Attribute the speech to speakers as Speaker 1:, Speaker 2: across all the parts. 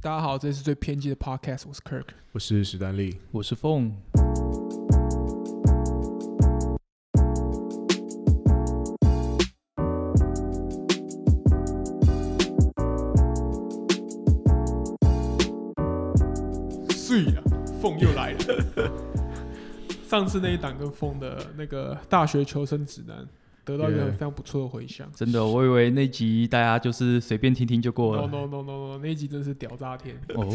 Speaker 1: 大家好，这是最偏激的 podcast，我是 Kirk。
Speaker 2: 我是史丹利。
Speaker 3: 我是凤，
Speaker 1: 碎了，凤又来了。 上次那一档跟凤的那个大学求生指南，得到一个
Speaker 2: Yeah
Speaker 1: 非常不错的回响。
Speaker 3: 真的，我以为那集大家就是随便听听就过
Speaker 1: No
Speaker 3: 了。
Speaker 1: no no no no，那一集真是屌炸天！
Speaker 3: 哦，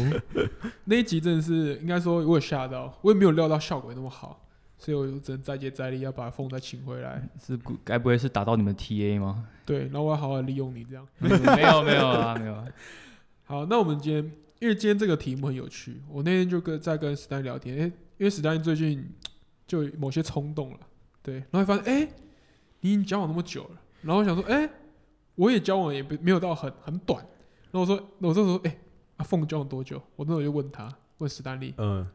Speaker 1: 那一集真的是，应该说我有吓到，我也没有料到效果那么好，所以我就只能再接再厉，要把凤再请回来。
Speaker 3: 是故该不会是打到你们 TA 吗？
Speaker 1: 对，然后我要好好利用你这样。
Speaker 3: 没有没有 啊，没有啊。
Speaker 1: 好，那我们今天，因为今天这个题目很有趣，我那天就跟在跟史丹聊天，诶，因为史丹最近就有某些冲动了，对，然后会发现，诶，你已经交往那么久了，然后我想说，诶，我也交往也不没有到很很短，然后我说，我这时候，诶，阿、凤交往多久？我那时候就问他，问史丹利，
Speaker 2: 嗯，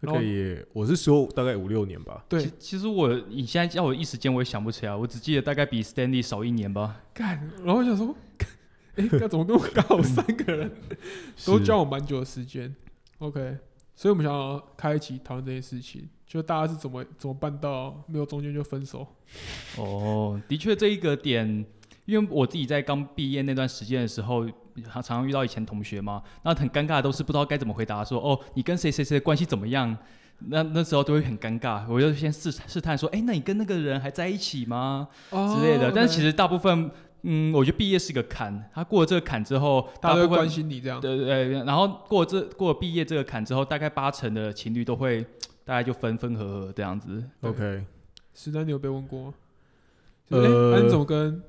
Speaker 1: 然
Speaker 2: 大
Speaker 1: 后
Speaker 2: 概也，我是说大概五六年吧。
Speaker 1: 对
Speaker 3: 其，其实我你现在叫我一时间我也想不起来，我只记得大概比 Stanley 少一年吧。
Speaker 1: 干，然后我想说，诶，那怎么跟我刚好三个人都
Speaker 2: 是
Speaker 1: 交往蛮久的时间，OK，所以我们想要开一期讨论这件事情，就大家是怎么怎么办到没有中间就分手？
Speaker 3: 哦，的确这一个点，因为我自己在刚毕业那段时间的时候，常常遇到以前同学嘛，那很尴尬的都是不知道该怎么回答说，哦，你跟谁谁谁的关系怎么样？那那时候都会很尴尬，我就先试试探说，哎、那你跟那个人还在一起吗？
Speaker 2: 哦
Speaker 3: 之类的。但是其
Speaker 1: 实
Speaker 3: 实大部分，嗯，我觉得毕业是个坎，他过了这个坎之后，
Speaker 1: 大家都
Speaker 3: 部
Speaker 1: 会
Speaker 3: 分
Speaker 1: 关心你这样，
Speaker 3: 对对对，然后过了这过了毕业这个坎之后，大概八成的情侣都会大概就分分合合这样子。
Speaker 1: 对
Speaker 2: OK，
Speaker 1: 史丹，你有被问过吗？就是
Speaker 2: 呃
Speaker 1: 诶那你怎么跟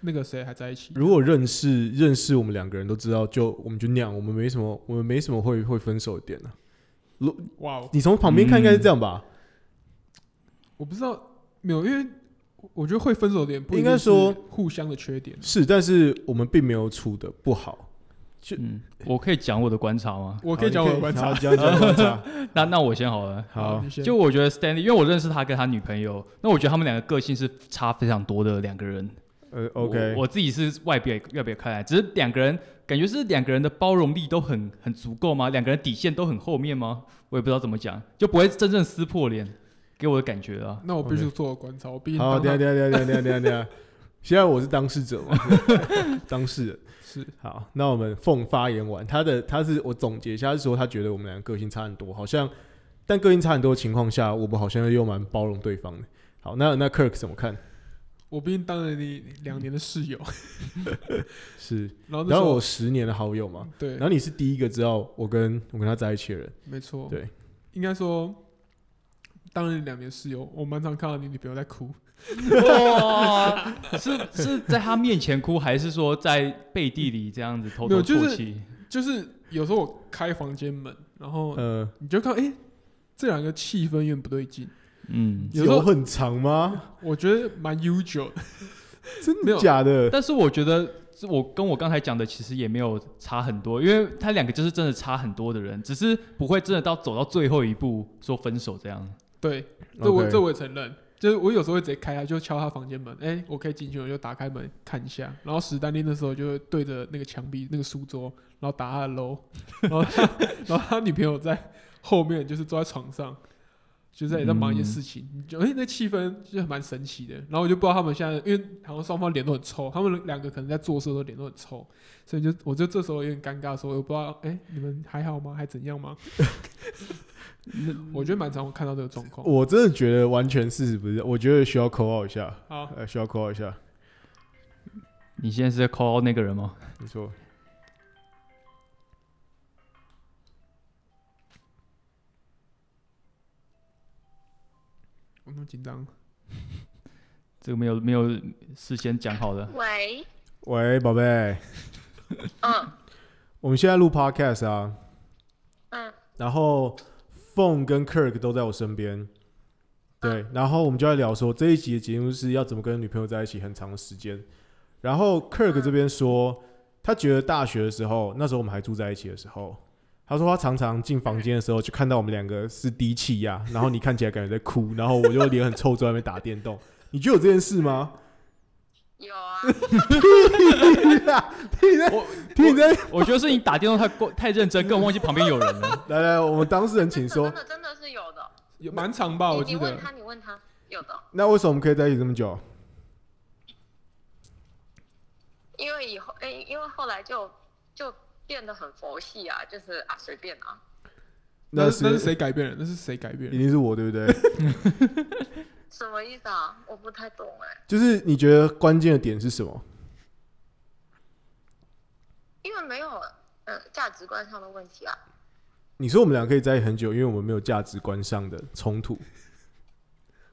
Speaker 1: 那个谁还在一起？
Speaker 2: 如果认识认识我们两个人都知道，就我们就那样，我们没什么，我们没什么会会分手的点呢、啊
Speaker 1: 哇哦，
Speaker 2: 你从旁边看应该是这样吧？
Speaker 1: 嗯我不知道，没有，因为我觉得会分手的点不一定
Speaker 2: 应该说
Speaker 1: 是互相的缺点。
Speaker 2: 是，但是我们并没有处的不好。
Speaker 1: 呃
Speaker 3: 嗯，我可以讲我的观察吗？
Speaker 1: 我可以讲我的观察
Speaker 2: 好，，讲讲 观察。
Speaker 3: 那那我先好了。
Speaker 2: 好
Speaker 1: 呃你，先
Speaker 3: 就我觉得 Stanley，因为我认识他跟他女朋友，那我觉得他们两个个性是差非常多的两个人。
Speaker 2: 呃，OK，
Speaker 3: 我我自己是外表外表看来，只是两个人感觉是两个人的包容力都很很足够吗？两个人底线都很后面吗？我也不知道怎么讲，就不会真正撕破脸，给我的感觉啊。
Speaker 1: 那我必须做我观察，我毕竟
Speaker 2: 好，
Speaker 1: 当
Speaker 2: 等一下
Speaker 1: 他
Speaker 2: 等一下等一下等一下等一下等一 下，现在我是当事者嘛， 当事人。
Speaker 1: 是
Speaker 2: 好，那我们凤发言完，他的他是我总结一下，他是说他觉得我们两个个性差很多，好像但个性差很多的情况下，我们好像又蛮包容对方的。好，那那 Kirk 怎么看？
Speaker 1: 我毕竟当了你两年的室 友，
Speaker 2: 是，
Speaker 1: 然后那
Speaker 2: 然
Speaker 1: 时
Speaker 2: 后
Speaker 1: 候
Speaker 2: 我十年的好友嘛，
Speaker 1: 对
Speaker 2: 然，后你是第一个知道我跟我跟他在一起的人，
Speaker 1: 没错，
Speaker 2: 对，
Speaker 1: 应该说，当了你两年室友，我蛮常看到你女朋友在哭，
Speaker 3: 哇， 是是在他面前哭，还是说在背地里这样子偷
Speaker 1: 没有
Speaker 3: 偷
Speaker 1: 就是
Speaker 3: 啜泣？
Speaker 1: 就是有时候我开房间门，然后
Speaker 2: 呃，
Speaker 1: 你就看，哎、这两个气氛有点不对劲，
Speaker 3: 嗯，
Speaker 1: 有时候
Speaker 2: 有很长吗？
Speaker 1: 我觉得蛮悠久的，
Speaker 2: 真
Speaker 1: 没
Speaker 2: 的
Speaker 1: 有
Speaker 2: 假的？
Speaker 3: 但是我觉得这我跟我刚才讲的其实也没有差很多，因为他两个就是真的差很多的人，只是不会真的到走到最后一步说分手这样。
Speaker 1: 对，这我
Speaker 2: OK
Speaker 1: 这我也承认。就是我有时候会直接开啊，就敲他房间门，哎、我可以进去，我就打开门看一下。然后史丹利那时候就会对着那个墙壁、那个书桌，然后打他的 low，然后他然后他女朋友在后面就是坐在床上，就是在也在忙一些事情，你就哎、那气氛就是蛮神奇的。然后我就不知道他们现在，因为好像双方脸都很臭，他们两个可能在做事的时候脸都很臭，所以就我就这时候有点尴尬说我不知道哎、你们还好吗？还怎样吗？ 我觉得蛮常会看到这个状况。
Speaker 2: 我真的觉得完全事实不是，我觉得需要 call out 一下，
Speaker 1: 好，
Speaker 2: 呃，需要 call out 一下，
Speaker 3: 你现在是在 call out 那个人吗？
Speaker 2: 没错。
Speaker 1: 我那么紧张。
Speaker 3: 这个没有没有事先讲好的。
Speaker 4: 喂，
Speaker 2: 喂，宝贝，
Speaker 4: 嗯
Speaker 2: 我们现在录 podcast 啊，
Speaker 4: 嗯，
Speaker 2: 然后凤跟 Kirk 都在我身边，对，然后我们就在聊说这一集的节目是要怎么跟女朋友在一起很长的时间。然后 Kirk 这边说，他觉得大学的时候，那时候我们还住在一起的时候，他说他常常进房间的时候就看到我们两个是低气压，然后你看起来感觉在哭，然后我就脸很臭，坐在那边打电动。你觉得有这件事吗？
Speaker 4: 有啊，
Speaker 2: 屁啦屁在
Speaker 3: 我
Speaker 2: 屁在，
Speaker 3: 我觉得是你打电话太过太认真，根本忘记旁边有 人了。
Speaker 2: 来来，我们当事人
Speaker 4: 真
Speaker 2: 请
Speaker 4: 的
Speaker 2: 说
Speaker 4: 真，的真的是有的。
Speaker 1: 有蛮长吧，哦我
Speaker 4: 你你
Speaker 1: 记
Speaker 4: 问
Speaker 1: 得。
Speaker 4: 他，你问他，有的，
Speaker 2: 那为什么我们可以在一起这么久？
Speaker 4: 因为以后哎，因为后来就就变得很佛系啊，就是啊随便啊，
Speaker 1: 那
Speaker 2: 那
Speaker 1: 那是谁改变了？那是谁改变
Speaker 2: 一
Speaker 1: 了？
Speaker 2: 定是我，对不对？
Speaker 4: 什么意思啊？我不太懂哎、
Speaker 2: 就是你觉得关键的点是什么？
Speaker 4: 因为没有嗯价值观上的问题啊。
Speaker 2: 你说我们俩可以在一起很久，因为我们没有价值观上的冲突。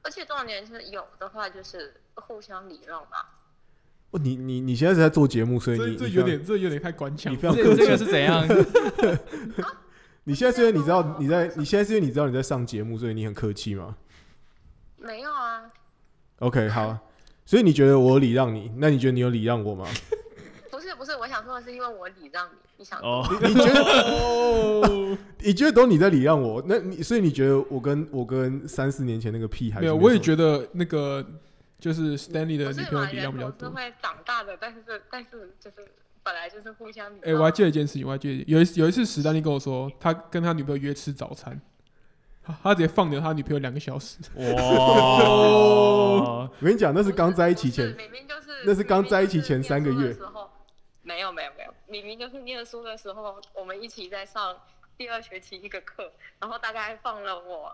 Speaker 4: 而且重点是有的话就是互相礼让吧。
Speaker 2: 哦，你你你现在是在做节目，所以
Speaker 1: 这
Speaker 2: 你
Speaker 1: 这
Speaker 2: 你
Speaker 1: 有
Speaker 2: 非常
Speaker 1: 点 这有点太官腔
Speaker 2: 你
Speaker 1: 了。
Speaker 2: 非常
Speaker 3: 这这个是怎样？
Speaker 2: 你现在是因为你知道你在，你现在是因为你知道你在上节目，所以你很客气嘛
Speaker 4: 没有啊，
Speaker 2: ？OK，好，所以你觉得我有礼让你，那你觉得你有礼让我 吗？
Speaker 4: 不是不是，我想说的是，因为我礼让你，你想
Speaker 3: 哦，
Speaker 2: 你觉得
Speaker 1: 哦，
Speaker 2: 你觉得都你在礼让我，那你所以你觉得我跟我跟三四年前那个屁孩
Speaker 1: 没有，我也觉得那个就是 Stanley 的
Speaker 4: 不
Speaker 1: 女
Speaker 4: 是
Speaker 1: 朋友
Speaker 4: 嘛？
Speaker 1: 比较
Speaker 4: 人
Speaker 1: 比较
Speaker 4: 总
Speaker 1: 多。
Speaker 4: 是会长大的，但是但是就是本来就是互相礼
Speaker 1: 哎、
Speaker 4: 让。
Speaker 1: 我还记得一件事情，我还记得有一次有一次史丹利跟我说，他跟他女朋友约吃早餐，他他直接放牛他女朋友两个小时。
Speaker 3: 哇！
Speaker 2: 我跟你讲，那
Speaker 4: 那
Speaker 2: 是刚在一起前，
Speaker 4: 明明就是
Speaker 2: 那是刚在一起前三个月
Speaker 4: 明明就是念书的时候没有没有没有，明明就是念书的时候，我们一起在上第二学期一个课，然后大概放了我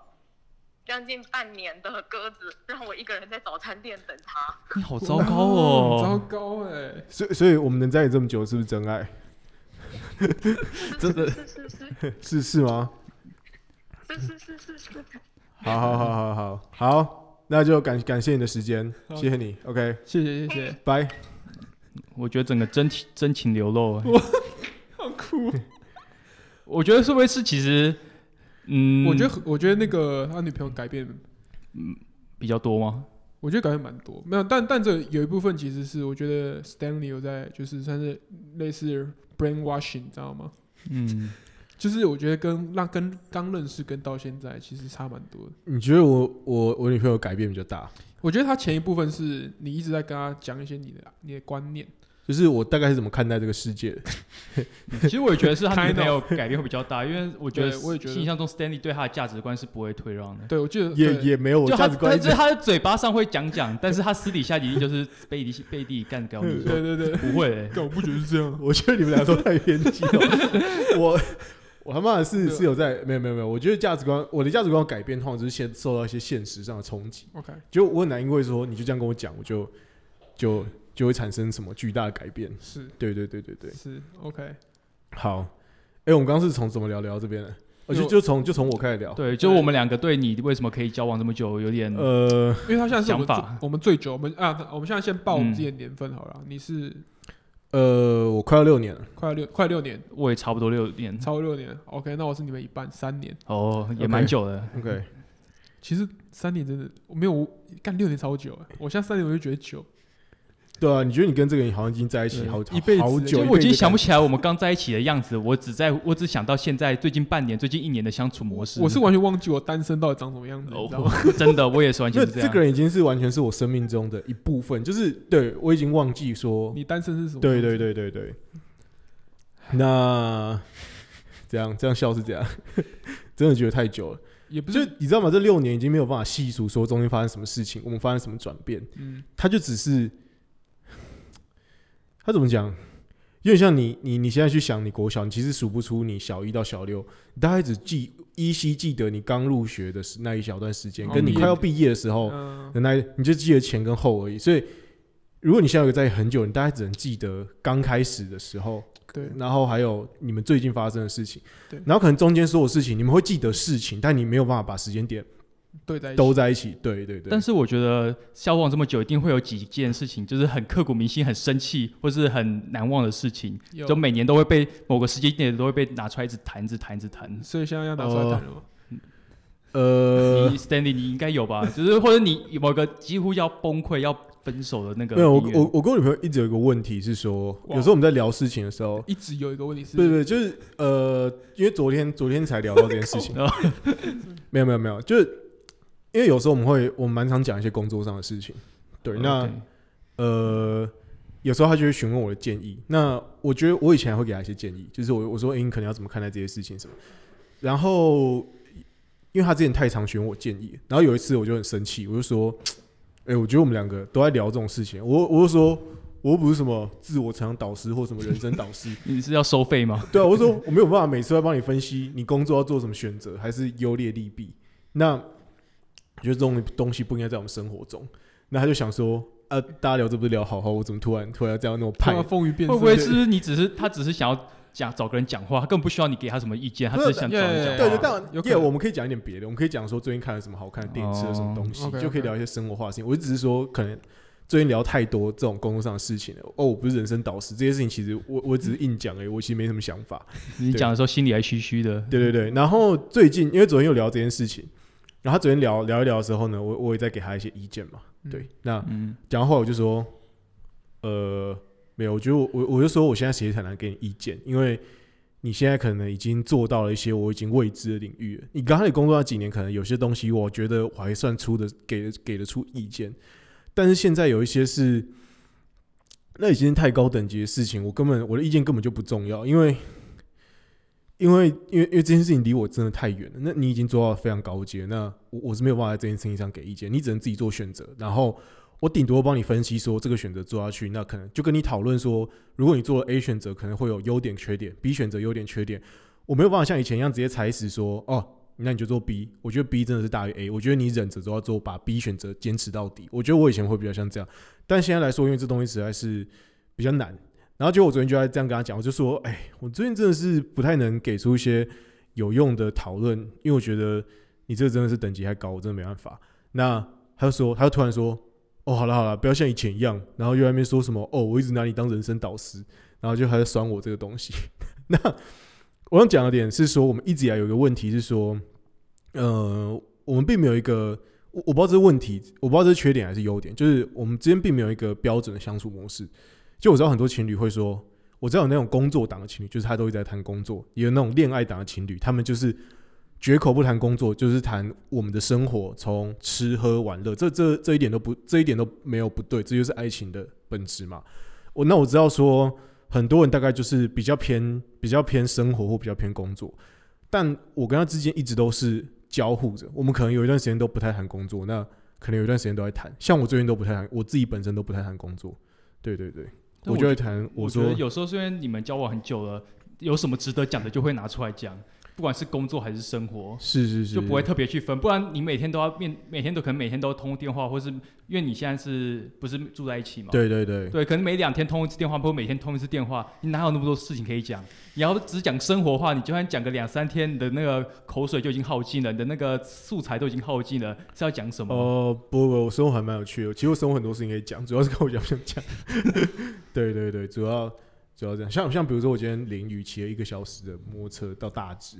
Speaker 4: 将近半年的鸽子，让我一个人在早餐店等他。
Speaker 3: 你好糟糕哦，
Speaker 1: 糟糕哎、
Speaker 2: 所以所以我们能在一起这么久，是不是真爱？
Speaker 3: 真的
Speaker 4: 是是是
Speaker 2: 是是吗？
Speaker 4: 是是是是是。
Speaker 2: 好好好好好好，那就感感谢你的时间，谢谢你，OK，
Speaker 1: 谢谢谢谢，
Speaker 2: 拜。
Speaker 3: 我觉得整个真情真情流露、欸。
Speaker 1: 好酷。
Speaker 3: 我觉得会不会是其实，嗯，
Speaker 1: 我觉得我觉得那个他女朋友改变，
Speaker 3: 比较多吗？
Speaker 1: 我觉得改变蛮多。没有，但但这有一部分其实是我觉得 Stanley 有在就是算是类似 brainwashing，你知道吗？
Speaker 3: 嗯，
Speaker 1: 就是我觉得跟让跟刚认识跟到现在其实差蛮多的。
Speaker 2: 你觉得我我我女朋友改变比较大，
Speaker 1: 我觉得他前一部分是你一直在跟他讲一些你的你的观念，
Speaker 2: 就是我大概是怎么看待这个世界的？
Speaker 3: 其实我也觉得是他女
Speaker 1: Kind
Speaker 3: 朋友改变会比较大，因为我觉得
Speaker 1: 对我也觉得
Speaker 3: 印象中 Stanley 对他的价值观是不会退让的。
Speaker 1: 对我记得
Speaker 2: 也
Speaker 1: 对
Speaker 2: 也没有我
Speaker 3: 就
Speaker 2: 价
Speaker 3: 他，
Speaker 2: 值观
Speaker 3: 他
Speaker 2: 一
Speaker 3: 就
Speaker 2: 直
Speaker 3: 是他的嘴巴上会讲讲，但是他私底下一定就是背地背地干掉你说，
Speaker 1: 对对对，
Speaker 3: 不会、欸。
Speaker 1: 但我不觉得是这 样。
Speaker 2: 我觉得你们俩都太偏激了。我我他妈的是是有在没有没有没有，我觉得价值观我的价值观有改变，通常就是先受到一些现实上的冲击。
Speaker 1: OK，
Speaker 2: 就我很难因为说你就这样跟我讲，我就就就会产生什么巨大的改变。
Speaker 1: 是
Speaker 2: 对对对对对，
Speaker 1: 是 OK，
Speaker 2: 好。哎、我们刚刚是从怎么聊聊这边的？我
Speaker 1: 因为
Speaker 2: 就
Speaker 1: 我
Speaker 2: 就从就从我开始聊。
Speaker 3: 对，就我们两个对你为什么可以交往这么久有点，
Speaker 2: 呃，
Speaker 1: 因为他现在是我们
Speaker 3: 想法
Speaker 1: 最
Speaker 3: 嗯
Speaker 1: 我们最久，我们啊，我们现在先报我们自己的年份好了，你是
Speaker 2: 呃，我快要六年了，
Speaker 1: 快六快六年，
Speaker 3: 我也差不多六年
Speaker 1: 超过六年，OK，那我是你们一半三年。
Speaker 3: 哦，也
Speaker 2: OK
Speaker 3: 蛮久的。
Speaker 2: OK，
Speaker 1: 其实三年真的我没有我干六年超久欸，我现在三年我就觉得久，
Speaker 2: 对啊，你觉得你跟这个人好像已经在一起好
Speaker 1: 一辈子
Speaker 2: 好
Speaker 1: 就
Speaker 2: 久，
Speaker 3: 就我已
Speaker 2: 一辈子
Speaker 3: 经想不
Speaker 2: 感
Speaker 3: 起来我们刚在一起的样子，我只在我只想到现在最近半年、最近一年的相处模式。
Speaker 1: 我是完全忘记我单身到底长什么样子，你知道 吗？
Speaker 3: 哦，真的，我也是完全
Speaker 2: 那
Speaker 3: 是样。
Speaker 2: 这个人已经是完全是我生命中的一部分，就是对我已经忘记说，
Speaker 1: 你单身是什么？
Speaker 2: 对对，对对对。那这样这样笑是这样， 真的觉得太久了。
Speaker 1: 也不，
Speaker 2: 就是你知道吗？这六年已经没有办法细数说中间发生什么事情，我们发生什么转变，
Speaker 1: 嗯，
Speaker 2: 他就只是 他怎么讲，有点像你你你现在去想你国小，你其实数不出你小一到小六，你大概只记依稀记得你刚入学的时那一小段时间，
Speaker 1: 哦
Speaker 2: 跟你
Speaker 1: 毕业
Speaker 2: 快要毕业的时候。
Speaker 1: 嗯，
Speaker 2: 那你就记得前跟后而已。所以，如果你现在有在一起很久，你大概只能记得刚开始的时候，
Speaker 1: 对，
Speaker 2: 然后还有你们最近发生的事情，
Speaker 1: 对
Speaker 2: 然后可能中间所有事情你们会记得事情，但你没有办法把时间点
Speaker 1: 对在一起
Speaker 2: 都在一起。对对对，
Speaker 3: 但是我觉得交往这么久，一定会有几件事情就是很刻骨铭心、很生气或是很难忘的事情，
Speaker 1: 有
Speaker 3: 就每年都会被某个时间点都会被拿出来一直谈、一直谈、一直谈。
Speaker 1: 所以现在要拿出来
Speaker 2: 哦
Speaker 1: 谈了吗？
Speaker 2: 呃
Speaker 3: 你，Stanley，你应该有吧？ 就是或者你某个几乎要崩溃、要分手的那个
Speaker 2: 没有，我
Speaker 3: 意愿
Speaker 2: 我我跟我女朋友一直有一个问题是说，
Speaker 1: 哇
Speaker 2: 有时候我们在聊事情的时候。
Speaker 1: 一直有一个问题是，
Speaker 2: 哦对对，就是呃，因为昨天昨天才聊到这件事情
Speaker 3: 靠，
Speaker 2: 没有没有没有，就是因为有时候我们会我们蛮常讲一些工作上的事情，对，那
Speaker 3: 哦 OK，
Speaker 2: 呃，有时候他就会询问我的建议。那我觉得我以前还会给他一些建议，就是我我说，哎、你可能要怎么看待这些事情什么。然后，因为他之前太常询问我建议，然后有一次我就很生气，我就说，哎、我觉得我们两个都在聊这种事情，我我就说。我又不是什么自我成长导师或什么人生导师，
Speaker 3: 你是要收 费吗？
Speaker 2: 对啊，我说我没有办法每次都要帮你分析你工作要做什么选择，还是优劣利弊。那我觉得这种东西不应该在我们生活中。那他就想说，啊，大家聊这不是聊好好，我怎么突然突然要这样那么
Speaker 1: 他
Speaker 2: 派
Speaker 1: 妈？风云变
Speaker 3: 会
Speaker 1: 色，
Speaker 3: 不会是你只是他只是想要讲找个人讲话，他根本不需要你给他什么意见，他只是想找人讲
Speaker 2: 对，就
Speaker 3: 话
Speaker 1: 对。
Speaker 2: 当
Speaker 1: 啊有
Speaker 2: 然，
Speaker 1: 可
Speaker 2: 也
Speaker 1: 能
Speaker 2: 我们可以讲一点别的，我们可以讲说最近看了什么好看的电影，吃了什么东西
Speaker 1: 哦，OK，OK
Speaker 2: 就可以聊一些生活化的事情。我就只是说，可能最近聊太多这种工作上的事情了。哦，我不是人生导师，这些事情其实我我只是硬讲而已，我其实没什么想法。
Speaker 3: 你讲的时候心里还虚虚的。
Speaker 2: 对对对，然后最近因为昨天有聊这件事情，然后他昨天聊聊一聊的时候呢，我我也在给他一些意见嘛。
Speaker 1: 嗯
Speaker 2: 对，那
Speaker 3: 嗯，
Speaker 2: 讲到后来我就说，呃，没有，我觉得我我我就说我现在其实很难给你意见，因为你现在可能已经做到了一些我已经未知的领域了。你刚开始工作那几年，可能有些东西我觉得我还算出的给得给得出意见，但是现在有一些是。那已经是太高等级的事情，我根本我的意见根本就不重要，因为因为因为因为这件事情离我真的太远了。那你已经做到非常高阶，那我我是没有办法在这件事情上给意见，你只能自己做选择。然后我顶多帮你分析说这个选择做下去，那可能就跟你讨论说，如果你做了 A 选择，可能会有优点缺点；B 选择优点缺点。我没有办法像以前一样直接踩死说，哦，那你就做 B。我觉得 B 真的是大于 A，我觉得你忍着都要做，把 B 选择坚持到底。我觉得我以前会比较像这样，但现在来说，因为这东西实在是比较难。然后结果我昨天就在这样跟他讲，我就说，哎，我最近真的是不太能给出一些有用的讨论，因为我觉得你这个真的是等级太高，我真的没办法。那他就说，他就突然说，哦，好了好了，不要像以前一样，然后又在那边说什么，哦，我一直拿你当人生导师，然后就还在酸我这个东西。 那我想讲的点是说，我们一直以来有一个问题是说，呃，我们并没有一个。我我不知道这是问题，我不知道这是缺点还是优点，就是我们之间并没有一个标准的相处模式。就我知道很多情侣会说，我知道有那种工作党的情侣，就是他都一直在谈工作；也有那种恋爱党的情侣，他们就是绝口不谈工作，就是谈我们的生活，从吃喝玩乐，这这这一点都不，这一点都没有不对，这就是爱情的本质嘛。我那我知道说，很多人大概就是比较偏比较偏生活或比较偏工作，但我跟他之间一直都是交互着，我们可能有一段时间都不太谈工作，那可能有一段时间都在谈，像我最近都不太谈，我自己本身都不太谈工作，对对对。
Speaker 3: 但
Speaker 2: 我就会谈，
Speaker 3: 我觉
Speaker 2: 说
Speaker 3: 得有时候虽然你们交往很久了，有什么值得讲的就会拿出来讲，不管是工作还是生活。
Speaker 2: 是是是，
Speaker 3: 就不会特别去分，不然你每天都要面，每天都可能每天都通电话，或是因为你现在是不是住在一起嘛？
Speaker 2: 对对对，
Speaker 3: 对，可能每两天通一次电话，不会每天通一次电话，你哪有那么多事情可以讲？你要只讲生活话，你就算讲个两三天，你的那个口水就已经耗尽了，你的那个素材都已经耗尽了，是要讲什么？
Speaker 2: 哦，不不，我生活还蛮有趣的。其实我生活很多事情可以讲，主要是看我想不想讲。 对对对，主要主要这样。像像比如说，我今天淋雨骑了一个小时的摩托车到大直，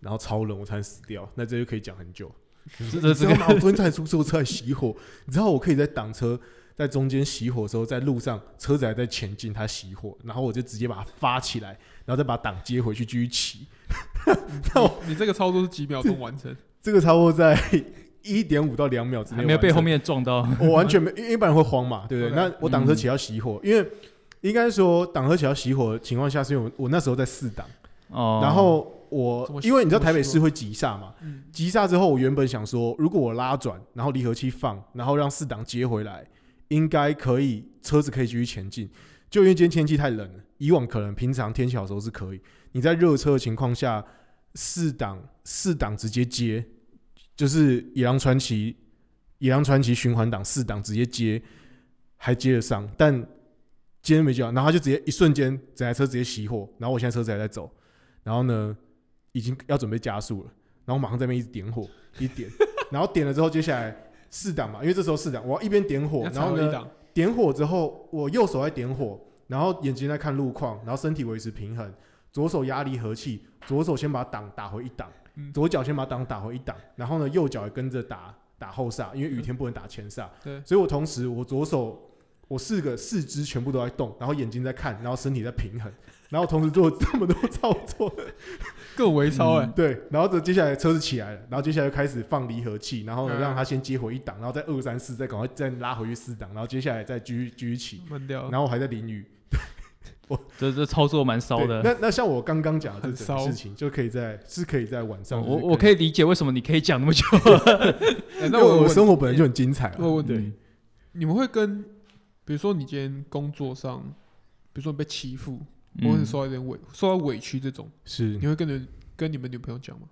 Speaker 2: 然后超冷，我差点死掉。那这就可以讲很 久。
Speaker 3: 这这
Speaker 2: 你知
Speaker 3: 这
Speaker 2: 道
Speaker 3: 个
Speaker 2: 吗？我昨天才出车祸，车还熄火。你知道我可以在挡车在中间熄火的时候，在路上车子还在前进，它熄火，然后我就直接把它发起来，然后再把档接回去继续骑。
Speaker 1: 你这个操作是几秒钟完成？
Speaker 2: 这个差不多在一点五到两秒之内
Speaker 3: 还没有被
Speaker 2: 完成
Speaker 3: 后面 撞到，
Speaker 2: 我完全没，因为一般人会慌嘛，对不对？嗯
Speaker 1: 对
Speaker 2: 那我挡车起要熄火，因为应该说挡车起要熄火的情况下，是因为我我那时候在四档，
Speaker 3: 哦，
Speaker 2: 然后
Speaker 1: 怎
Speaker 2: 我
Speaker 1: 么熄
Speaker 2: 因为你知道
Speaker 1: 怎么
Speaker 2: 台北
Speaker 1: 熄
Speaker 2: 市会急刹嘛，
Speaker 1: 嗯
Speaker 2: 急刹之后，我原本想说，如果我拉转，然后离合器放，然后让四档接回来，应该可以，车子可以继续前进。就因为今天天气太冷了，以往可能平常天气好的时候是可以，你在热车的情况下，四档四档直接接，就是野狼传奇，野狼传奇循环档四档直接接，还接得上，但今天没接到，然后他就直接一瞬间整台车直接熄火，然后我现在车子还在走，然后呢，已经要准备加速了，然后马上在那边一直点火，一点，然后点了之后，接下来四档嘛，因为这时候四 档，我要一边点火
Speaker 1: 要，
Speaker 2: 然
Speaker 1: 踩
Speaker 2: 后
Speaker 1: 到一
Speaker 2: 呢，
Speaker 1: 档，
Speaker 2: 点火之后，我右手在点火，然后眼睛在看路况，然后身体维持平衡，左手压离合器，左手先把档打回一档，
Speaker 1: 嗯
Speaker 2: 左脚先把档打回一档，然后呢，右脚也跟着打打后刹，因为雨天不能打前刹，
Speaker 1: 对
Speaker 2: 所以我同时我左手我四个四肢全部都在动，然后眼睛在看，然后身体在平衡，然后同时做这么多操作，
Speaker 1: 更微操哎、
Speaker 3: 嗯
Speaker 2: 对，然后这接下来车子起来了，然后接下来就开始放离合器，然后
Speaker 1: 嗯
Speaker 2: 让它先接回一档，然后再二三四，再赶快再拉回去四档，然后接下来再继续继续起，
Speaker 1: 蛮屌的。
Speaker 2: 然后我还在淋雨。
Speaker 3: 这这操作蛮骚
Speaker 2: 对
Speaker 3: 的。
Speaker 2: 那那像我刚刚讲的
Speaker 1: 很
Speaker 2: 这种
Speaker 1: 骚
Speaker 2: 事情，就可以在是可以在晚上
Speaker 3: 嗯
Speaker 2: 就是
Speaker 3: 我
Speaker 2: 跟，
Speaker 3: 我可以理解为什么你可以 讲那么久。
Speaker 1: 哎
Speaker 2: 因
Speaker 1: 那
Speaker 2: 为我
Speaker 1: 我
Speaker 2: 的
Speaker 1: 问
Speaker 2: 生活本来就很精彩啊。
Speaker 1: 我问
Speaker 3: 对
Speaker 1: 你，你们会跟，比如说你今天工作上，比如说你被欺负，
Speaker 3: 嗯
Speaker 1: 或者是受到一点委受到委屈这种，
Speaker 2: 是
Speaker 1: 你会跟人跟你们女朋友讲吗？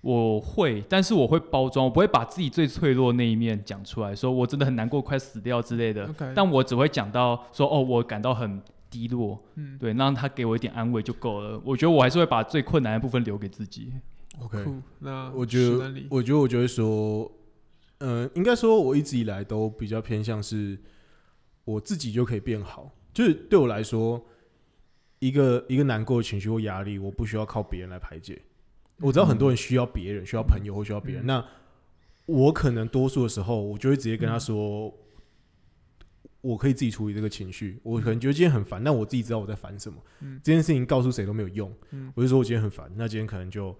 Speaker 3: 我会，但是我会包装，我不会把自己最脆弱那一面讲出来，说我真的很难过，快死掉之类的。
Speaker 1: OK
Speaker 3: 啊但我只会讲到说，哦，我感到很低落，
Speaker 1: 嗯，
Speaker 3: 对，让他给我一点安慰就够了。我觉得我还是会把最困难的部分留给自己。
Speaker 2: OK，
Speaker 1: 酷。那
Speaker 2: 我觉
Speaker 1: 史
Speaker 2: 得
Speaker 1: 丹利，
Speaker 2: 我觉得我就会说，呃，应该说我一直以来都比较偏向是我自己就可以变好，就是对我来说，一个一个难过的情绪或压力，我不需要靠别人来排解。我知道很多人需要别人，需要朋友或需要别人，
Speaker 1: 嗯
Speaker 2: 那我可能多数的时候，我就会直接跟他
Speaker 1: 嗯
Speaker 2: 说。我可以自己处理这个情绪，我可能觉得今天很烦，但我自己知道我在烦什么。
Speaker 1: 嗯
Speaker 2: 这件事情告诉谁都没有用，
Speaker 1: 嗯
Speaker 2: 我就说我今天很烦，那今天可能就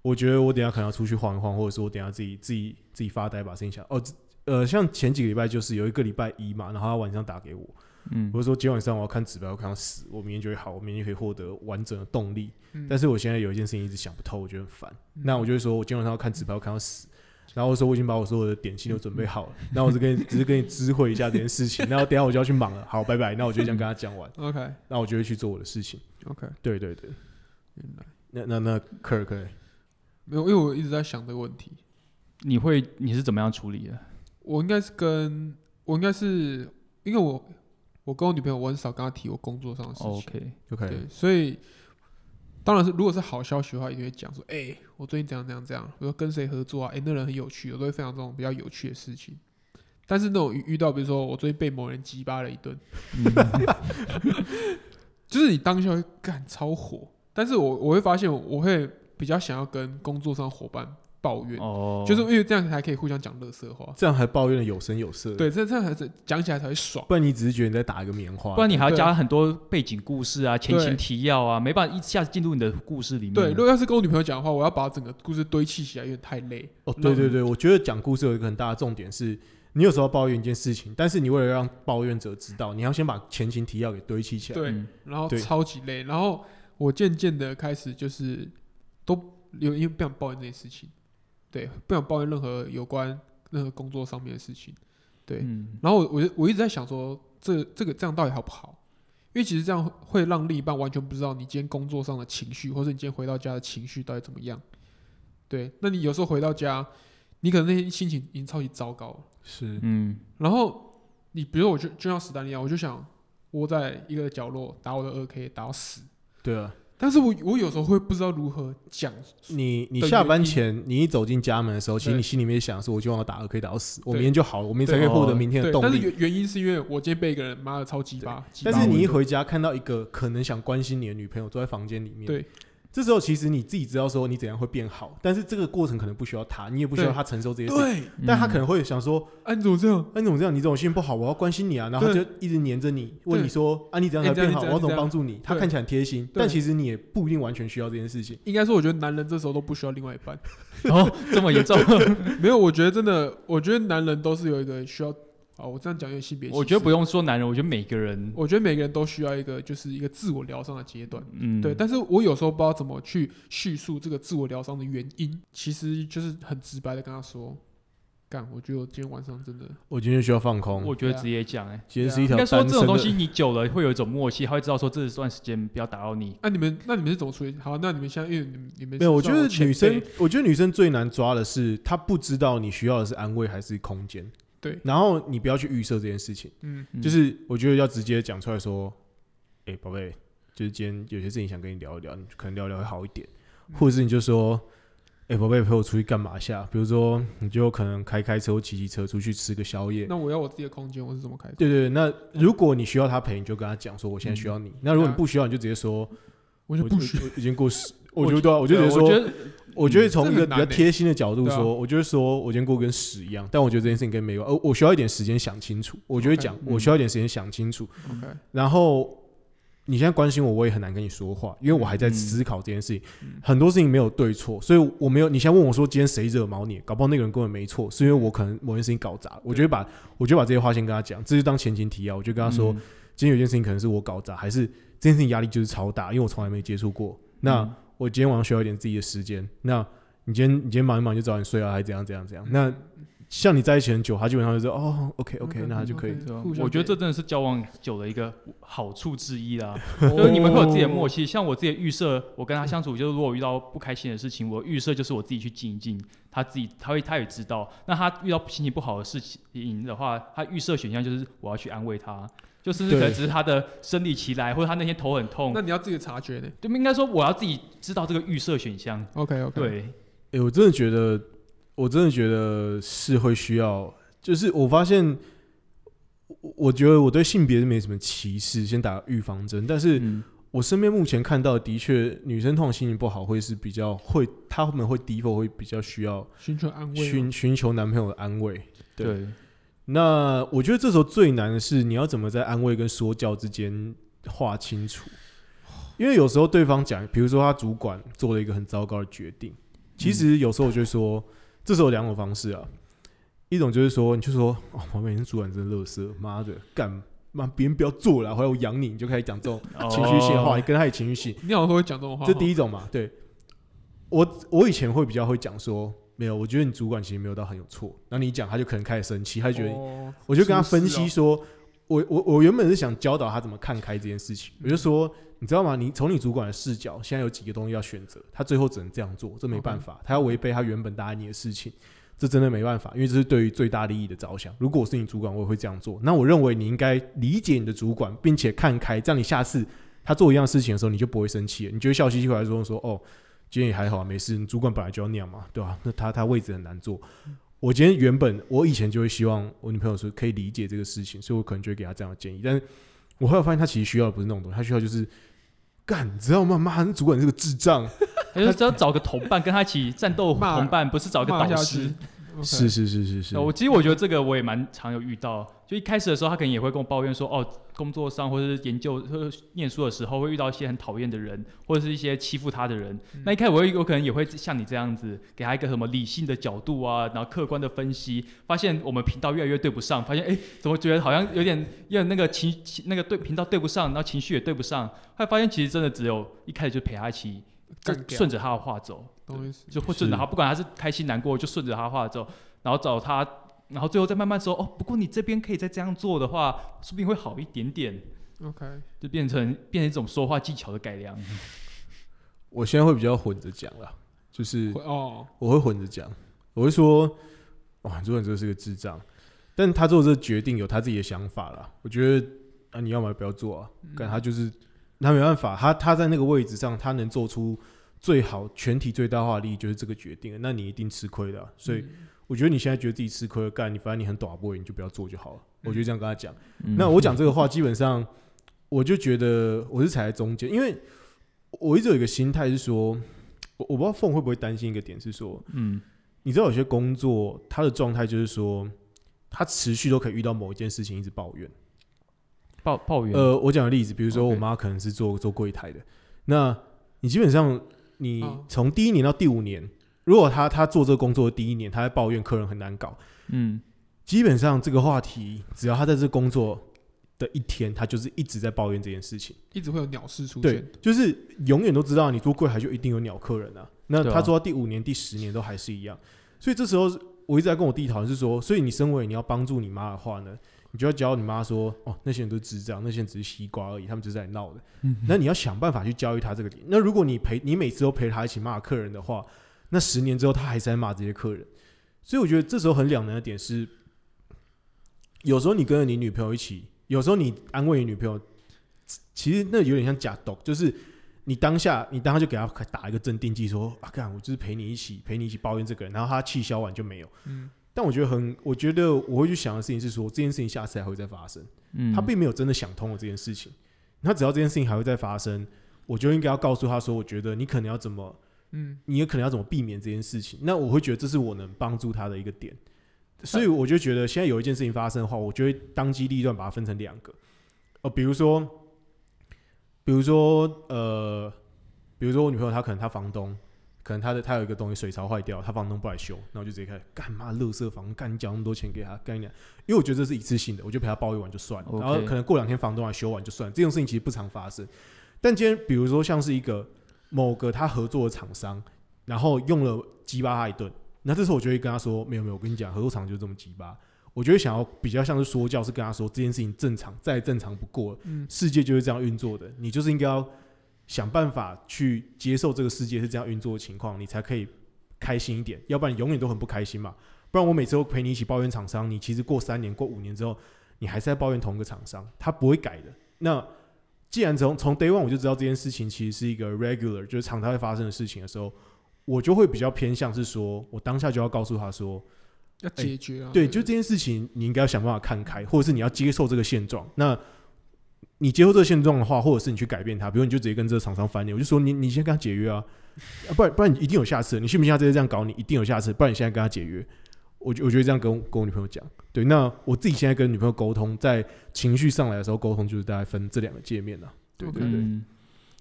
Speaker 2: 我觉得我等一下可能要出去晃一晃，或者说我等一下自己自己自己发呆把事情想。哦，这呃，像前几个礼拜就是有一个礼拜一嘛，然后他晚上打给我，
Speaker 3: 嗯
Speaker 2: 我就说今天晚上我要看指标，我看到死，我明天就会好，我明天就可以获得完整的动力。
Speaker 1: 嗯
Speaker 2: 但是我现在有一件事情一直想不透，我觉得很烦。
Speaker 1: 嗯
Speaker 2: 那我就会说我今天晚上要看指标，我看到死。然后我说我已经把我所有的点心都准备好
Speaker 1: 嗯
Speaker 2: 了，那我只跟你只是跟你知会一下这件事情，然后等一下我就要去忙了，好，拜拜。那我就这样跟他讲完，
Speaker 1: OK
Speaker 2: 那我就会去做我的事情。
Speaker 1: OK，
Speaker 2: 对对对，
Speaker 1: 原来
Speaker 2: 那那那克尔克尔，
Speaker 1: 没有，因为我一直在想这个问题。
Speaker 3: 你会你是怎么样处理的？
Speaker 1: 我应该是跟我应该是因为我我跟我女朋友我很少跟她提我工作上的事情
Speaker 3: 哦 OK，
Speaker 2: OK，
Speaker 1: 对，所以当然是如果是好消息的话，一定会讲说，哎、我最近怎样怎样怎样，比如说跟谁合作啊，哎、那人很有趣，我都会分享这种比较有趣的事情。但是那种遇遇到，比如说我最近被某人击巴了一顿，
Speaker 3: 哦
Speaker 1: 就是你当下会干超火，但是我我会发现我会比较想要跟工作上伙伴抱怨，
Speaker 3: 哦，
Speaker 1: 就是因为这样才可以互相讲乐色话。
Speaker 2: 这样还抱怨的有声有色。，
Speaker 1: 对，这这样才是讲起来才会爽。
Speaker 2: 不然你只是觉得你在打一个棉花。
Speaker 3: 不然你还要
Speaker 1: 对
Speaker 3: 加很多背景故事啊、前
Speaker 1: 对
Speaker 3: 情提要啊，没办法一下子进入你的故事里面。
Speaker 1: 对，如果要是跟我女朋友讲的话，我要把整个故事堆砌起来，有点太累。
Speaker 2: 哦，对对对，我觉得讲故事有一个很大的重点是，你有时候抱怨一件事情，但是你为了让抱怨者知道，你要先把前情提要给堆砌起来。
Speaker 1: 对，
Speaker 3: 嗯
Speaker 1: 然后
Speaker 2: 对
Speaker 1: 超级累，然后我渐渐的开始就是都有因为不想抱怨这件事情，对，不想抱怨任何有关任何工作上面的事情，对。
Speaker 3: 嗯，
Speaker 1: 然后我我就我一直在想说，这这个这样到底好不好？因为其实这样会让另一半完全不知道你今天工作上的情绪，或者你今天回到家的情绪到底怎么样。对，那你有时候回到家，你可能那天心情已经超级糟糕了。
Speaker 2: 是，
Speaker 3: 嗯，
Speaker 1: 然后你比如我就就像史丹利一样，我就想窝在一个角落打我的二 K 打到死，
Speaker 2: 对啊。
Speaker 1: 但是我我有时候会不知道如何讲，
Speaker 2: 你你
Speaker 1: 对
Speaker 2: 下
Speaker 1: 原
Speaker 2: 班
Speaker 1: 因
Speaker 2: 前，你一走进家门的时候，其实
Speaker 1: 对
Speaker 2: 你心里面想说，我今晚要打二 K 打到死，我
Speaker 1: 对
Speaker 2: 明天就好了，我明天才可
Speaker 3: 对
Speaker 2: 以获得
Speaker 3: 哦
Speaker 2: 明天的
Speaker 1: 对，
Speaker 2: 动
Speaker 1: 但是
Speaker 2: 力。
Speaker 1: 原原因是因为我今天被一个人妈的超级巴，鸡巴
Speaker 2: 但是你一
Speaker 1: 我
Speaker 2: 回家看到一个可能想关心你的女朋友坐在房间里面，
Speaker 1: 对，
Speaker 2: 这时候其实你自己知道说你怎样会变好，但是这个过程可能不需要他，你也不需要
Speaker 1: 对
Speaker 2: 他承受这些事情，
Speaker 1: 对，嗯
Speaker 2: 但
Speaker 3: 嗯
Speaker 2: 他可能会想说，
Speaker 1: 啊你怎么这样？
Speaker 2: 啊，你怎么这样？你这种心情不好，我要关心你啊！然后他就
Speaker 1: 对
Speaker 2: 一直黏着你，问你说啊，你怎样才
Speaker 1: 哎这样
Speaker 2: 变好？
Speaker 1: 这
Speaker 2: 我
Speaker 1: 样
Speaker 2: 要怎
Speaker 1: 这
Speaker 2: 么
Speaker 1: 样
Speaker 2: 帮助你？他
Speaker 1: 对
Speaker 2: 看起来很贴心，
Speaker 1: 对
Speaker 2: 但其实你也不一定完全需要这件事情。
Speaker 1: 应该说，我觉得男人这时候都不需要另外一半，
Speaker 3: 哦，这么 严重？
Speaker 1: 没有，我觉得真的，我觉得男人都是有一个需要，啊，我这样讲有点性别歧视，
Speaker 3: 我觉得不用说男人，我觉得每个人，
Speaker 1: 我觉得每个人都需要一个就是一个自我疗伤的阶段。
Speaker 3: 嗯，
Speaker 1: 对，但是我有时候不知道怎么去叙述这个自我疗伤的原因，其实就是很直白的跟他说，干，我觉得我今天晚上真的，
Speaker 2: 我啊今天需要放空，
Speaker 3: 我觉得
Speaker 1: 对啊
Speaker 3: 直接讲，哎，
Speaker 2: 其实
Speaker 1: 实
Speaker 2: 是
Speaker 1: 是
Speaker 2: 一
Speaker 1: 一
Speaker 2: 条
Speaker 3: 应该说
Speaker 2: 单
Speaker 3: 这种
Speaker 2: 身
Speaker 3: 东西你久了会有一种默契，他会知道说这段时间不要打扰你。
Speaker 1: 啊那、你们那你们是怎么处理？好，那你们现在因为你们你们
Speaker 2: 没有，我
Speaker 1: 是
Speaker 2: 觉
Speaker 1: 算
Speaker 2: 得女
Speaker 1: 前辈
Speaker 2: 生，我觉得女生最难抓的是她不知道你需要的是安慰还是空间。
Speaker 1: 对，
Speaker 2: 然后你不要去预设这件事情，
Speaker 1: 嗯，
Speaker 3: 嗯
Speaker 2: 就是我觉得要直接讲出来说，哎，宝贝，就是今天有些事情想跟你聊一聊，你可能聊一聊会好一点，
Speaker 1: 嗯
Speaker 2: 或者是你就说。哎，宝贝，陪我出去干嘛一下？比如说，你就可能开开车、或骑骑车出去吃个宵夜，
Speaker 1: 那我要我自己的空间，我是怎么开口？
Speaker 2: 对对，对那如果你需要他陪，你就跟他讲说我现在需要你。那如果你不需要，你就直接说，
Speaker 1: 我
Speaker 2: 我
Speaker 1: 嗯就不需
Speaker 2: 我已经过十，我
Speaker 1: 我
Speaker 2: 觉得对啊，我就直
Speaker 3: 对
Speaker 2: 接
Speaker 3: 我觉
Speaker 2: 说，
Speaker 3: 得
Speaker 2: 我觉得从一
Speaker 1: 嗯
Speaker 2: 个
Speaker 1: 这很
Speaker 2: 比
Speaker 1: 难
Speaker 2: 较
Speaker 1: 欸
Speaker 2: 贴心的角度
Speaker 1: 对啊
Speaker 2: 说，我就是说我今天过得跟屎一样，但我觉得这件事情跟没关，呃，我需要一点时间想清楚。我就会讲
Speaker 3: OK，嗯
Speaker 2: 我需要一点时间想清楚。
Speaker 1: OK，
Speaker 2: 然后你现在关心我，我也很难跟你说话，因为我还在
Speaker 3: 嗯
Speaker 2: 思考这件事情。
Speaker 1: 嗯
Speaker 2: 很多事情没有对错，所以我没有。你现在问我说今天谁惹毛你，搞不好那个人根本没错，是因为我可能某件事情搞砸了。我就会把我就会把这些话先跟他讲，这就当前情提要。我就跟他说，
Speaker 3: 嗯
Speaker 2: 今天有件事情可能是我搞砸，还是这件事情压力就是超大，因为我从来没接触过。那、
Speaker 3: 嗯
Speaker 2: 我今天晚上需要一点自己的时间。那你今天你今天忙一忙就早点睡啊，还是怎样怎样怎样？那像你在一起很久，他基本上就说哦，OK OK，
Speaker 1: 嗯
Speaker 2: 那他就可以。
Speaker 1: 嗯
Speaker 3: 对啊
Speaker 1: 互相
Speaker 3: 我觉得这
Speaker 1: 给
Speaker 3: 真的是交往久的一个好处之一啦，就
Speaker 2: 哦
Speaker 1: 就是
Speaker 3: 你们会有自己的默契。像我自己的预设，我跟他相处，就是如果遇到不开心的事情，我预设就是我自己去静一静，他自己他会他也知道。那他遇到心情不好的事情的话，他预设选项就是我要去安慰他，就甚至可能
Speaker 2: 对
Speaker 3: 只是他的生理期来，或者他那天头很痛
Speaker 1: 那。你要自己察觉呢。
Speaker 3: 对，应该说我要自己知道这个预设选项。
Speaker 1: OK OK，，
Speaker 3: 对，
Speaker 2: 哎、我真的觉得，我真的觉得是会需要，就是我发现，我我觉得我对性别是没什么歧视，先打预防针。但是
Speaker 3: 嗯
Speaker 2: 我身边目前看到的，的确女生通常心情不好，会是比较会，她们会 d e f 会比较需要
Speaker 1: 寻求安慰嘛。
Speaker 2: 寻寻求男朋友的安慰。对
Speaker 3: 对，
Speaker 2: 那我觉得这时候最难的是，你要怎么在安慰跟说教之间划清楚？因为有时候对方讲，比如说他主管做了一个很糟糕的决定，其实有时候我就会说，这时候有两种方式啊，一种就是说，你就说，哦，旁边主管真的垃圾，妈的，干妈别人不要做了，回来我养你，你就开始讲这种情绪性的 话，
Speaker 3: 哦
Speaker 2: 你跟他也情绪性，
Speaker 1: 你好像都会讲这种话哈，
Speaker 2: 这第一种嘛，对。我我以前会比较会讲说，没有，我觉得你主管其实没有到很有错，然后你一讲他就可能开始生气，他就觉得
Speaker 1: 哦
Speaker 2: 我就跟他分
Speaker 1: 是
Speaker 2: 析
Speaker 1: 不是
Speaker 2: 说，我我我原本是想教导他怎么看开这件事情，我就说，你知道吗？你从你主管的视角，现在有几个东西要选择，他最后只能这样做，这没办法，他要违背他原本答应你的事情，这真的没办法，因为这是对于最大利益的着想。如果我是你主管，我也会这样做。那我认为你应该理解你的主管，并且看开，这样你下次他做一样事情的时候，你就不会生气了，你就会笑嘻嘻回来说说哦。今天也还好啊，没事。你主管本来就要那样嘛，对吧、那他他位置很难做，我今天原本我以前就会希望我女朋友说可以理解这个事情，所以我可能就会给她这样的建议。但是我后来发现她其实需要的不是那种东西，她需要就是干，你知道吗？妈，那主管是个智障。
Speaker 3: 他就只要找个同伴跟他一起战斗，
Speaker 1: 骂
Speaker 3: 同伴不是找一个
Speaker 1: 骂下
Speaker 3: 导师
Speaker 1: 去。OK
Speaker 2: 是是是是是
Speaker 3: 那，我其实我觉得这个我也蛮常有遇到，就一开始的时候，他可能也会跟我抱怨说，哦，工作上或者是研究或者是念书的时候会遇到一些很讨厌的人，或者是一些欺负他的人。
Speaker 1: 嗯
Speaker 3: 那一开始我会有可能也会像你这样子，给他一个什么理性的角度啊，然后客观的分析，发现我们频道越来越对不上，发现哎，怎么觉得好像有点 有点那个情情那个对频道对不上，然后情绪也对不上，后来发现其实真的只有一开始就陪他一起，就
Speaker 1: 干掉
Speaker 3: 顺着他的话走。
Speaker 1: 懂意思。
Speaker 3: 就会顺着
Speaker 2: 是
Speaker 3: 他，不管他是开心难过，就顺着他话走，然后找他，然后最后再慢慢说哦，不过你这边可以再这样做的话，说不定会好一点点，
Speaker 1: OK，
Speaker 3: 就变成变成一种说话技巧的改良。
Speaker 2: 我现在会比较混着讲了，就是
Speaker 1: 会哦，
Speaker 2: 我会混着讲，我会说，哇，主管真的是个智障。但他做这个决定有他自己的想法啦，我觉得啊，你要么不要做啊，但他就是他没办法，他他在那个位置上，他能做出最好全体最大化的利益就是这个决定了，那你一定吃亏的啊、所以我觉得你现在觉得自己吃亏了，干你反正你很短不会，你就不要做就好了。我就这样跟他讲。
Speaker 3: 嗯
Speaker 2: 那我讲这个话，基本上我就觉得我是踩在中间，因为我一直有一个心态是说，我我不知道凤会不会担心一个点是说，
Speaker 3: 嗯，
Speaker 2: 你知道有些工作他的状态就是说，他持续都可以遇到某一件事情一直抱怨。
Speaker 3: 抱抱怨，
Speaker 2: 呃，我讲个例子，比如说
Speaker 3: 嗯 OK
Speaker 2: 我妈可能是做做柜台的，那你基本上你
Speaker 1: 哦
Speaker 2: 从第一年到第五年，如果她她做这个工作的第一年，她在抱怨客人很难搞，
Speaker 3: 嗯，
Speaker 2: 基本上这个话题只要她在这工作的一天，她就是一直在抱怨这件事情。
Speaker 1: 一直会有鸟事出
Speaker 2: 对
Speaker 1: 现。，
Speaker 2: 就是永远都知道你做柜台就一定有鸟客人啊。那
Speaker 3: 对啊
Speaker 2: 他做到第五年、第十年都还是一样，所以这时候我一直在跟我弟讨论是说，所以你身为你要帮助你妈的话呢，你就要教你妈说，哦，那些人都是智障，那些人只是西瓜而已，他们就是在闹的。那你要想办法去教育他这个点。那如果你陪你每次都陪他一起骂客人的话，那十年之后他还是在骂这些客人。所以我觉得这时候很两难的点是，有时候你跟着你女朋友一起，有时候你安慰你女朋友，其实那有点像假懂，就是你当下你当下就给他打一个镇定剂，说啊，干，我就是陪你一起陪你一起抱怨这个人，然后他气消完就没有。
Speaker 1: 嗯，
Speaker 2: 但我觉得很，我觉得我会去想的事情是说，这件事情下次还会再发生。
Speaker 3: 嗯
Speaker 2: 他并没有真的想通了这件事情。他只要这件事情还会再发生，我就应该要告诉他说，我觉得你可能要怎么
Speaker 1: 嗯
Speaker 2: 你也可能要怎么避免这件事情。那我会觉得这是我能帮助他的一个点，所以我就觉得现在有一件事情发生的话，我就会当机立断把它分成两个。哦，比如说，比如说，呃，比如说我女朋友她可能她房东，可能她的她有一个东西水槽坏掉，她房东不来修，那我就直接开始干嘛？垃圾房，干你缴那么多钱给他，干你娘！因为我觉得这是一次性的，我就陪他抱怨完就算了
Speaker 3: OK
Speaker 2: 然后可能过两天房东来修完就算了，这种事情其实不常发生。但今天比如说像是一个某个他合作的厂商，然后用了鸡巴他一顿，那这时候我就会跟他说，没有没有，我跟你讲，合作厂就是这么鸡巴。我就会想要比较像是说教，是跟他说这件事情正常，再正常不过了，
Speaker 1: 嗯
Speaker 2: 世界就是这样运作的，你就是应该要想办法去接受这个世界是这样运作的情况，你才可以开心一点，要不然你永远都很不开心嘛。不然我每次都陪你一起抱怨厂商，你其实过三年、过五年之后，你还是在抱怨同一个厂商，他不会改的。那既然从从 day one 我就知道这件事情其实是一个 regular，就是常态会发生的事情的时候，我就会比较偏向是说，我当下就要告诉他说，
Speaker 1: 要解决啊。
Speaker 2: 哎对，就这件事情，你应该要想办法看开，或者是你要接受这个现状。那你接受这个现状的话，或者是你去改变它，比如你就直接跟这个厂商翻脸，我就说你你先跟他解约啊，啊不然不然你一定有下次，你信不信他直接这样搞你，一定有下次，不然你现在跟他解约。我觉我觉得这样跟我跟我女朋友讲，对，那我自己现在跟女朋友沟通，在情绪上来的时候沟通，就是大概分这两个界面啊。对对对。
Speaker 3: 嗯，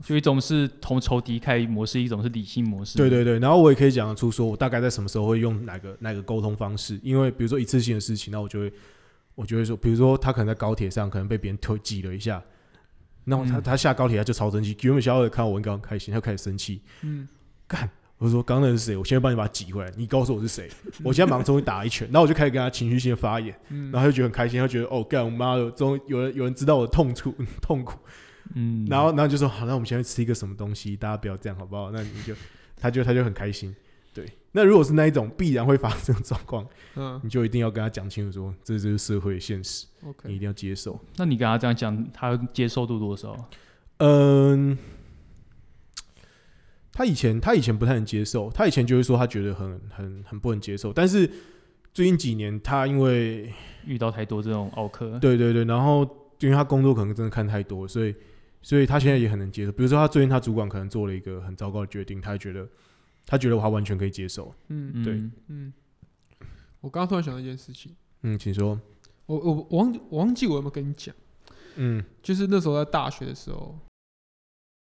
Speaker 3: 就一种是同仇敌忾模式，一种是理性模式。
Speaker 2: 对对对，然后我也可以讲得出，说我大概在什么时候会用哪个哪个沟通方式，因为比如说一次性的事情，那我就会我就会说，比如说他可能在高铁上可能被别人推挤了一下，那我他、
Speaker 3: 嗯
Speaker 2: 他下高铁他就超生气，原本小二看我应该很开心，他开始生气，
Speaker 1: 嗯，
Speaker 2: 我就说刚刚那是谁？我现在帮你把他挤回来，你告诉我是 谁，我现在马上终于打一拳，然后我就开始跟他情绪性的发言，
Speaker 1: 嗯
Speaker 2: 然后他就觉得很开心，他觉得哦干我妈的，终于有人有人知道我的痛处 痛苦，
Speaker 3: 嗯，
Speaker 2: 然后然后就说好，那我们现在吃一个什么东西，大家不要这样好不好？那你就，他就他就很开心。对，那如果是那一种必然会发生的状况，
Speaker 1: 嗯
Speaker 2: 你就一定要跟他讲清楚说，这就是社会现实，你
Speaker 1: ，OK，
Speaker 2: 一定要接受。
Speaker 3: 那你跟他这样讲，他接受度多少？
Speaker 2: 嗯，他以前他以前不太能接受，他以前就会说他觉得很很很不能接受，但是最近几年他因为
Speaker 3: 遇到太多这种奥克，
Speaker 2: 对对对，然后因为他工作可能真的看太多，所以所以他现在也很能接受。比如说他最近他主管可能做了一个很糟糕的决定，他觉得他觉得我还完全可以接受。
Speaker 1: 嗯
Speaker 3: 嗯
Speaker 2: 对，
Speaker 1: 嗯，我刚刚突然想到一件事情，
Speaker 2: 嗯，请说。
Speaker 1: 我我我忘记我忘记我有没有跟你讲，
Speaker 2: 嗯
Speaker 1: 就是那时候在大学的时候，